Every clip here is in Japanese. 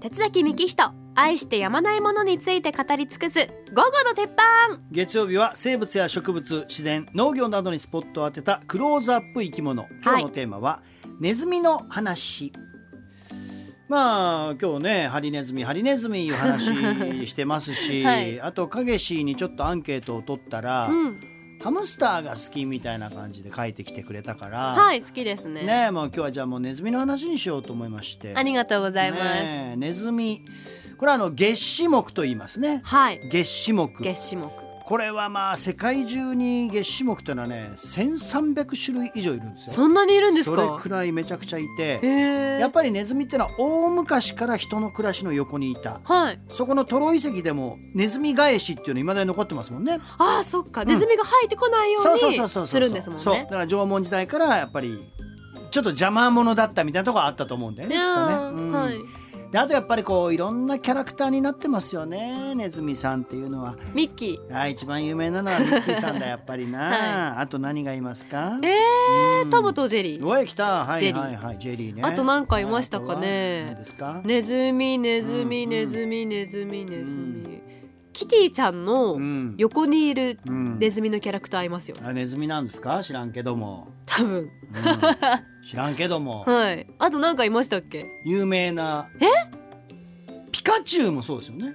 鉄崎幹人愛してやまないものについて語り尽くす午後の鉄板月曜日は生物や植物自然農業などにスポットを当てたクローズアップ生き物今日のテーマは、ネズミの話まあ今日ねハリネズミハリネズミいう話してます し、はいあと影氏にちょっとアンケートを取ったら、うんハムスターが好きみたいな感じで書いてきてくれたから、はい好きですねねもう今日はじゃあもうネズミの話にしようと思いましてありがとうございます、ねえネズミこれはあの月子目と言いますねはい月子目月種目これはまあ世界中に月種目というのはね1300種類以上いるんですよ。そんなにいるんですそれかくらいめちゃくちゃいへてえやっぱりネズミってのは大昔から人の暮らしの横にいたはいそこのトロ遺跡でもネズミ返しっていうのいまだに残ってますもんね。あーそっか、ネズミが生えてこないよそううそうにそうそうそすうるんですもんそうだねから縄文時代からやっぱりちょっと邪魔者だったみたいなとこあったと思うんだよねきっあとーね。うんはいであとやっぱりこういろんなキャラクターになってますよねネズミさんっていうのは。ミッキあ一番有名なのはミッキーさんだやっぱりな、はあと何がいますかーえうー、んトムとジェリーおい来たはジェいリーはいはいジェリーねあと何かいましたかねあとは何ですかネズミネズうんうミんネズミネズミネズミ、うキティちゃんのうん横にいるうんネズミのキャラクターいますよねあネズミなんですか知らんけども、多分 うん知らんけどもはいあと何かいましたっけ有名なピカチュウもそうですよね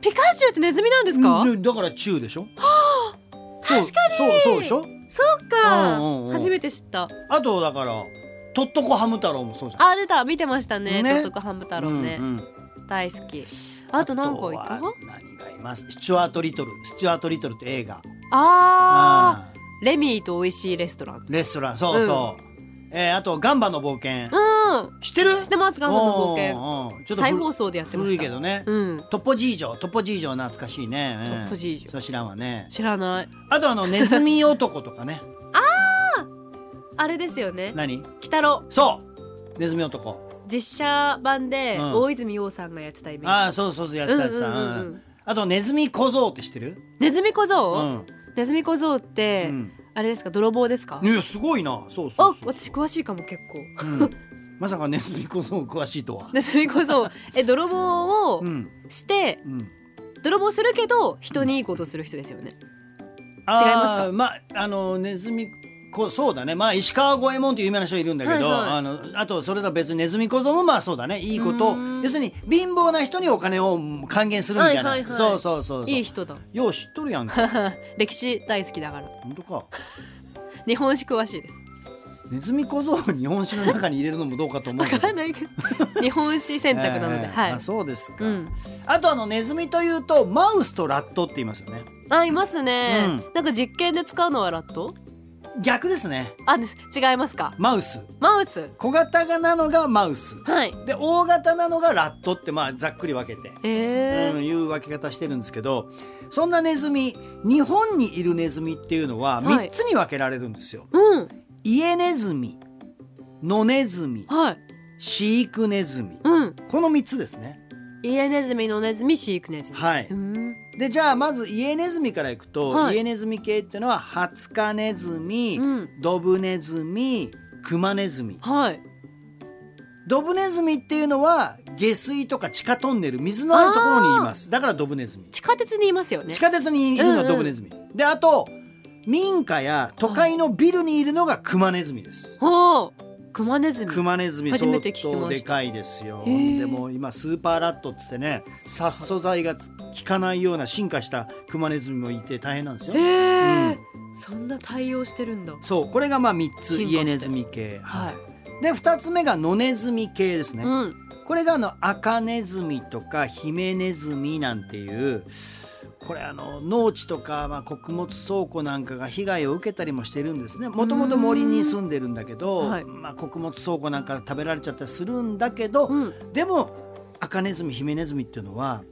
ピカチュウってネズミなんですか、うんだからチュウでしょそう確かにそうそうでしょそっか、うんうんうん初めて知ったあとだからトットコハム太郎もそうじゃんあ出た見てましたねねねトットコハム太郎ね、うんうん大好きあと何かいあたとは何がいますスチュワート・リトルスチュワート・リトルって映画あーあレミーと美味しいレストランうんーレストランそうそう、えーあとガンバの冒険、知ってる知ってますガンバの冒険険ちょっと再放古送でやってま古しいたけどね、うんトッポジージョトッポジージョ懐かしいね、うんトッポジージョそう知らんわね知らないあとあのネズミ男と かねあれですよね何鬼太郎そうネズミ男実写版でうん大泉洋さんがやってたイメーあジ、あそうそうそうやってたやってた、うんうんうんうんうんあとネズミ小僧って知ってるネズミ小う僧、ん、ネズミ小僧って、うんあれですか泥棒ですか、ねすごいなそうそあうそう私詳しいかも結構うんまさかネズミ小僧詳し いとはネズミ小 僧え泥棒をうんして、うん泥棒するけど人にいいことする人ですよね、あー違いますまああのネズミこそうだねまあ石川五右衛門っていう有名な人いるんだけど、はいはいあのあとそれとは別にネズミ小僧もまあそうだねいいことうーん要するに貧乏な人にお金を還元するみたいな、はいはいはいそうそうそうそういい人だよう知っとるやんか 歴史大好きだから本当か日本史詳しいですネズミ小僧を日本史の中に入れるのもどうかと思うけわ どからないけ ど日本史選択なので、えーはいあそうですか、うんあとあのネズミというとマウスとラットって言いますよねあいますね、うなんか実験で使うのはラット逆ですねあ違いますかマウスマウス小型なのがマウスはいで大型なのがラットってまあざっくり分けてえーうん、いう分け方してるんですけどそんなネズミ日本にいるネズミっていうのははい3つに分けられるんですよ。うん家ネズミ野ネズミはい飼育ネズミうんこの3つですね。家ネズミのネズミ飼育ネズミ、はいうんでじゃあまず家ネズミからいくと、はい家ネズミ系っていうのはハツカネズミ、うんドブネズミクマネズミはいドブネズミっていうのは下水とか地下トンネル水のあるところにいますだからドブネズミ地下鉄にいますよね地下鉄にいるのがドブネズミ、であと民家や都会のビルにいるのがクマネズミです、おおクマネズミクマネズミ初相めて聞きました当でかいですよへーでも今スーパーラットっつってね殺素剤がつ効かないような進化したクマネズミもいて大変なんですよえーそんな対応してるんだそうこれがまあ3つ進化してイエネズミ系、、はいで2つ目がノネズミ系ですね、うんこれがあのアカネズミとかヒメネズミなんていうこれあの農地とか、まあ、穀物倉庫なんかが被害を受けたりもしてるんですねもともと森に住んでるんだけど、うーんはいまあ、穀物倉庫なんか食べられちゃったりするんだけど、うんでもアカネズミヒメネズミっていうのは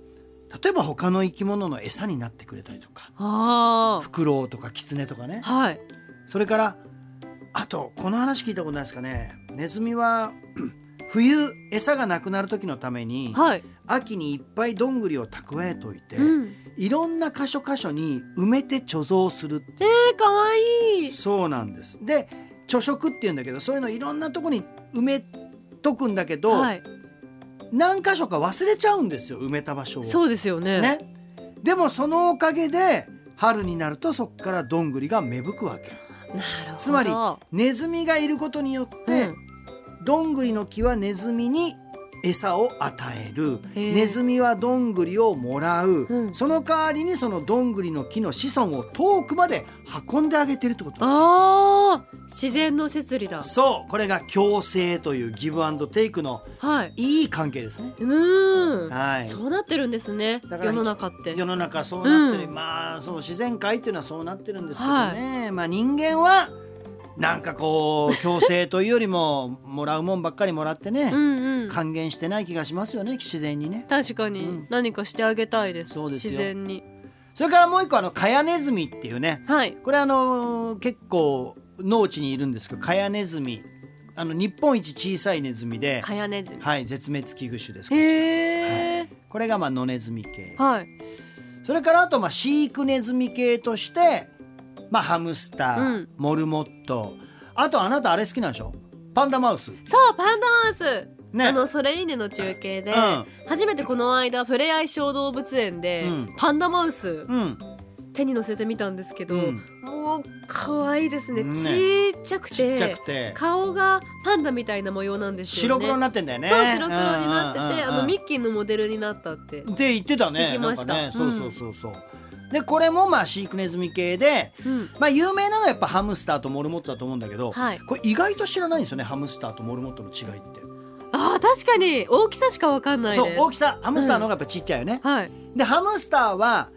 例えば他の生き物の餌になってくれたりとかあフクロウとかキツネとかねあはいそれからあとこの話聞いたことないですかねネズミは 冬餌がなくなる時のためにはい秋にいっぱいどんぐりを蓄えといて、うんいろんな箇所箇所に埋めて貯蔵するってえー可愛いいそうなんですで貯食っていうんだけどそういうのいろんなとこに埋めとくんだけど、はい何箇所か忘れちゃうんですよ埋めた場所を。そうですよね。ね、でもそのおかげで春になるとそこからどんぐりが芽吹くわけなるほど。つまりネズミがいることによって、うんどんぐりの木はネズミに餌を与えるへえネズミはどんぐりをもらう、うんその代わりにそのどんぐりの木の子孫を遠くまで運んであげてるってことですああ、自然の摂理だ。そうこれが共生というギブアンドテイクのはい。いい関係ですねうーん、はいそうなってるんですね。だか世らの中って。世の中そうなってる、うんまあその自然界っていうのはそうなってるんですけどね、まあ人間はなんかこう強制というよりももらうもんばっかりもらってねう、んうん。還元してない気がしますよね自然にね確かに、うん何かしてあげたいです。そうですよ自然に。それからもう一個あのカヤネズミっていうねはい。これあのー結構農地にいるんですけどカヤネズミあの日本一小さいネズミで、カヤネズミ。はい、絶滅危惧種ですへえ。これがまあ野ネズミ系はい。それからあとまあ飼育ネズミ系として、まあ、ハムスター、うんモルモットあとあなたあれ好きなんでしょパンダマウス。そう、パンダマウス。ねあのそれいいねの中継で、うん初めてこの間ふれあい小動物園で、うんパンダマウスうん、手に乗せてみたんですけど、うんもう可愛いですねねちっちゃくちてっちゃくて顔がパンダみたいな模様なんですよ白ね黒になってんだよね。そう白黒になってて、うんうんうんうんあのミッキーのモデルになったって、で言ってたね。聞きましたなんかうね、んそうそうそうそう。でこれもまあ飼育ネズミ系で、うん、まあ有名なのはやっぱハムスターとモルモットだと思うんだけど、はいこれ意外と知らないんですよねハムスターとモルモットの違いって。あー確かに大きさしかわかんないですそう大きさハムスターの方がやっぱちっちゃいよね。はい、でハムスターは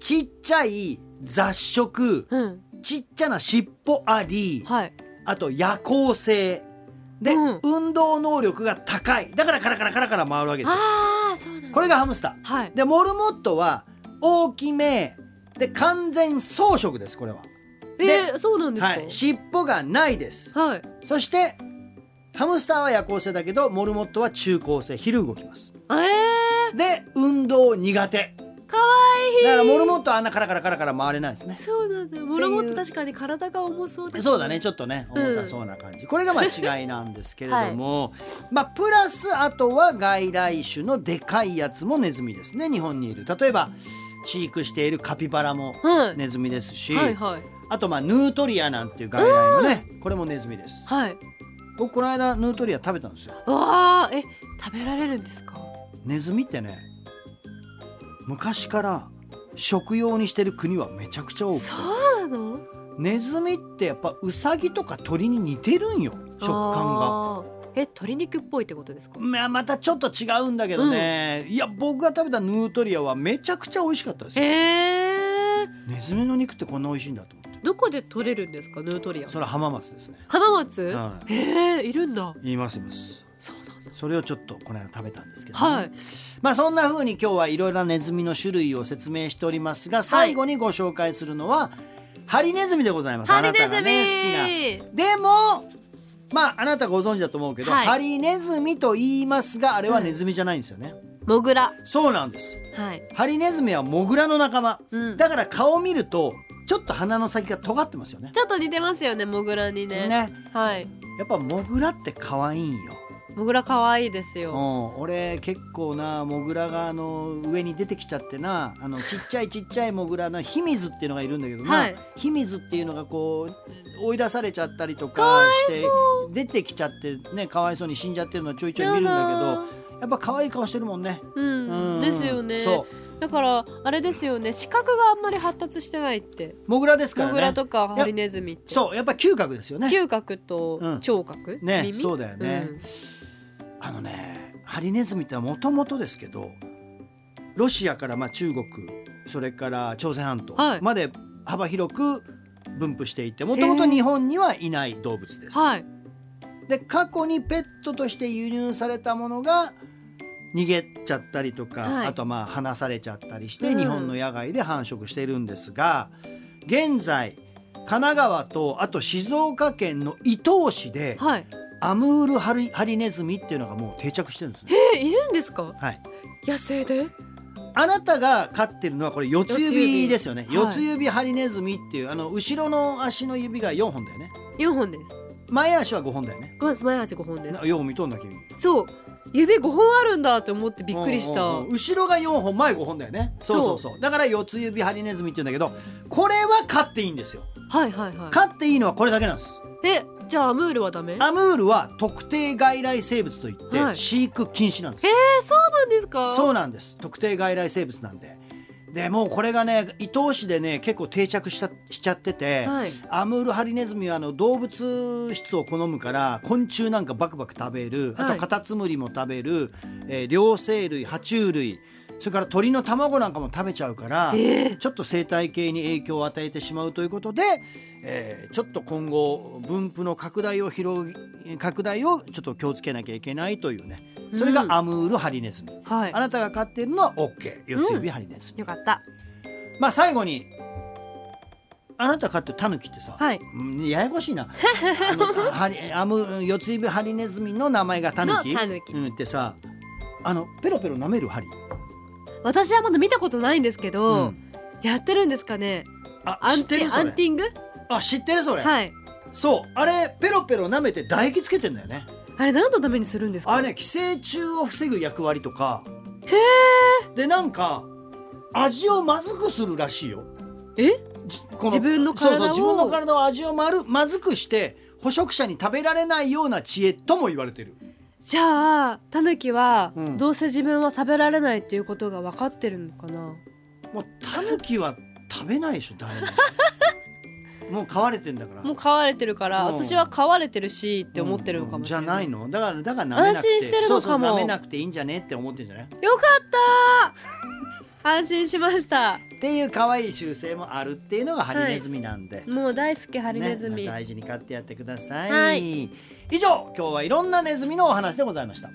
ちっちゃい雑食うん、ちっちゃな尻尾ありはいあと夜行性で、うん運動能力が高いだからカラカラカラカラ回るわけですよああそうなんだこれがハムスタはいーでモルモットは大きめで完全草食ですこれは、えー、そうなんですかは、い、尻尾がないですはい、そしてハムスターは夜行性だけどモルモットは中高生昼動きますえで運動苦手ー、かわいいだからモルモットはあんなカラカラカラカラ回れないですねそうなんだモルモット確かに体が重そうです、そうだねちょっとねうん重たそうな感じ、これがまあ違いなんですけれども、 まあプラスあとは外来種のでかいやつもネズミですね日本にいる例えば飼育しているカピバラもはい、ネズミですし、はいはいあとまあヌートリアなんていう外来のねこれもネズミですはい僕この間ヌートリア食べたんですよわあえ食べられるんですかネズミってね昔から食用にしてる国はめちゃくちゃ多くてそうなのネズミってやっぱウサギとか鳥に似てるんよ食感がが。え鶏肉っぽいってことですかまあ、またちょっと違うんだけどね、いや僕が食べたヌートリアはめちゃくちゃ美味しかったですよえー、ネズミの肉ってこんな美味しいんだと思ってどこで取れるんですかヌートリアそれは浜松ですね浜松、はえー、いるんだ言います言いますそうなんだそれをちょっとこの間食べたんですけどね、はいまあそんな風に今日はいろいろなネズミの種類を説明しておりますが最後にご紹介するのはハリネズミでございますハリネあなたズがね好きなミ、でもまああなたご存知だと思うけど、はいハリネズミと言いますがあれはネズミじゃないんですよね、モグラそうなんですはいハリネズミはモグラの仲間、うんだから顔を見るとちょっと鼻の先が尖ってますよねちょっと似てますよねモグラにねねはいやっぱモグラって可愛いんよ、モグラ可愛いですうよん、俺結構なモグラがあの上に出てきちゃってなあのちっちゃいちっちゃいモグラのヒミズっていうのがいるんだけどな、はいヒミズっていうのがこう追い出されちゃったりとかして出てきちゃってねかわいそうに死んじゃってるのをちょいちょい見るんだけどやっぱ可愛い顔してるもんね。けどうん、うんですよねそうだからあれですよね視覚があんまり発達してないってモグラですからモねグラとかハリネズミってそうやっぱ嗅覚ですよね嗅覚と聴覚、うんね耳そうだよねあのねハリネズミってもともとですけどロシアからまあ中国それから朝鮮半島はいまで幅広く分布していてもともとへえ日本にはいない動物です。はいで過去にペットとして輸入されたものが逃げちゃったりとか、はいあとはまあ離されちゃったりしてうん日本の野外で繁殖しているんですが、現在神奈川とあと静岡県の伊東市ではいアムールハリハリネズミっていうのがもう定着してるんですね。えいるんですかはい、野生であなたが飼ってるのはこれ四つ四つ指指ですよねはい四つ指ハリネズミっていうあの後ろの足の指が4本だよね四本です前足は5本だよねごめん前足五本ですなよう見とんな君そう指5本あるんだって思ってびっくりした、うんうんうん後ろが4本前5本だよねそうそうそうだから四つ指ハリネズミって言うんだけどこれは飼っていいんですよはいはいは飼っていいのはこれだけなんですいえじゃあアムールはダメアムールは特定外来生物といっはてい飼育禁止なんです、えー、そうなんですかそうなんです特定外来生物なんででもうこれがね伊東市でね結構定着したしちゃってて、はいアムールハリネズミはあの動物質を好むから昆虫なんかバクバク食べるあはといカタツムリも食べる、えー両生類爬虫類それから鳥の卵なんかも食べちゃうから、ちょっと生態系に影響を与えてしまうということで、えーちょっと今後分布の拡大を広げ拡大をちょっと気をつけなきゃいけないというねそうれんがアムールハリネズミ。はいあなたが飼っているのは OK 四つ指ハリネズミ、よかったまあ最後にあなた飼ってるタヌキってさ、はいうんややこしいなあのハリアム四つ指ハリネズミの名前がタヌキのタヌキうん、ってさあのペロペロ舐めるハリ、私はまだ見たことないんですけうど、ん、やってるんですかねあア知っンてテるィアそンれティングあ知ってるそれ、はいそうあれペロペロ舐めて唾液つけてんだよねあれ何のためにするんですかあれね寄生虫を防ぐ役割とかへでなんか味をまずくするらしいよえじこの自分の体をそうそう自分の体を味をまるまずくして捕食者に食べられないような知恵とも言われてるじゃあタヌキは、うんどうせ自分は食べられないっていうことが分かってるのかなもうタヌキは食べないでしょ誰も もう飼われてんだからもう飼われてるから、うん私は飼われてるしって思ってるのかもしれない、うんじゃないのだからだから舐めなくて安心してるのかもそうそう舐めなくていいんじゃねって思ってんじゃないっよかったー安心しましたていう可愛い習性もあるっていうのがハリネズミなんで、もう大好きハリネズミ、ね、大事に飼ってやってください、は以上今日はいろんなネズミのお話でございました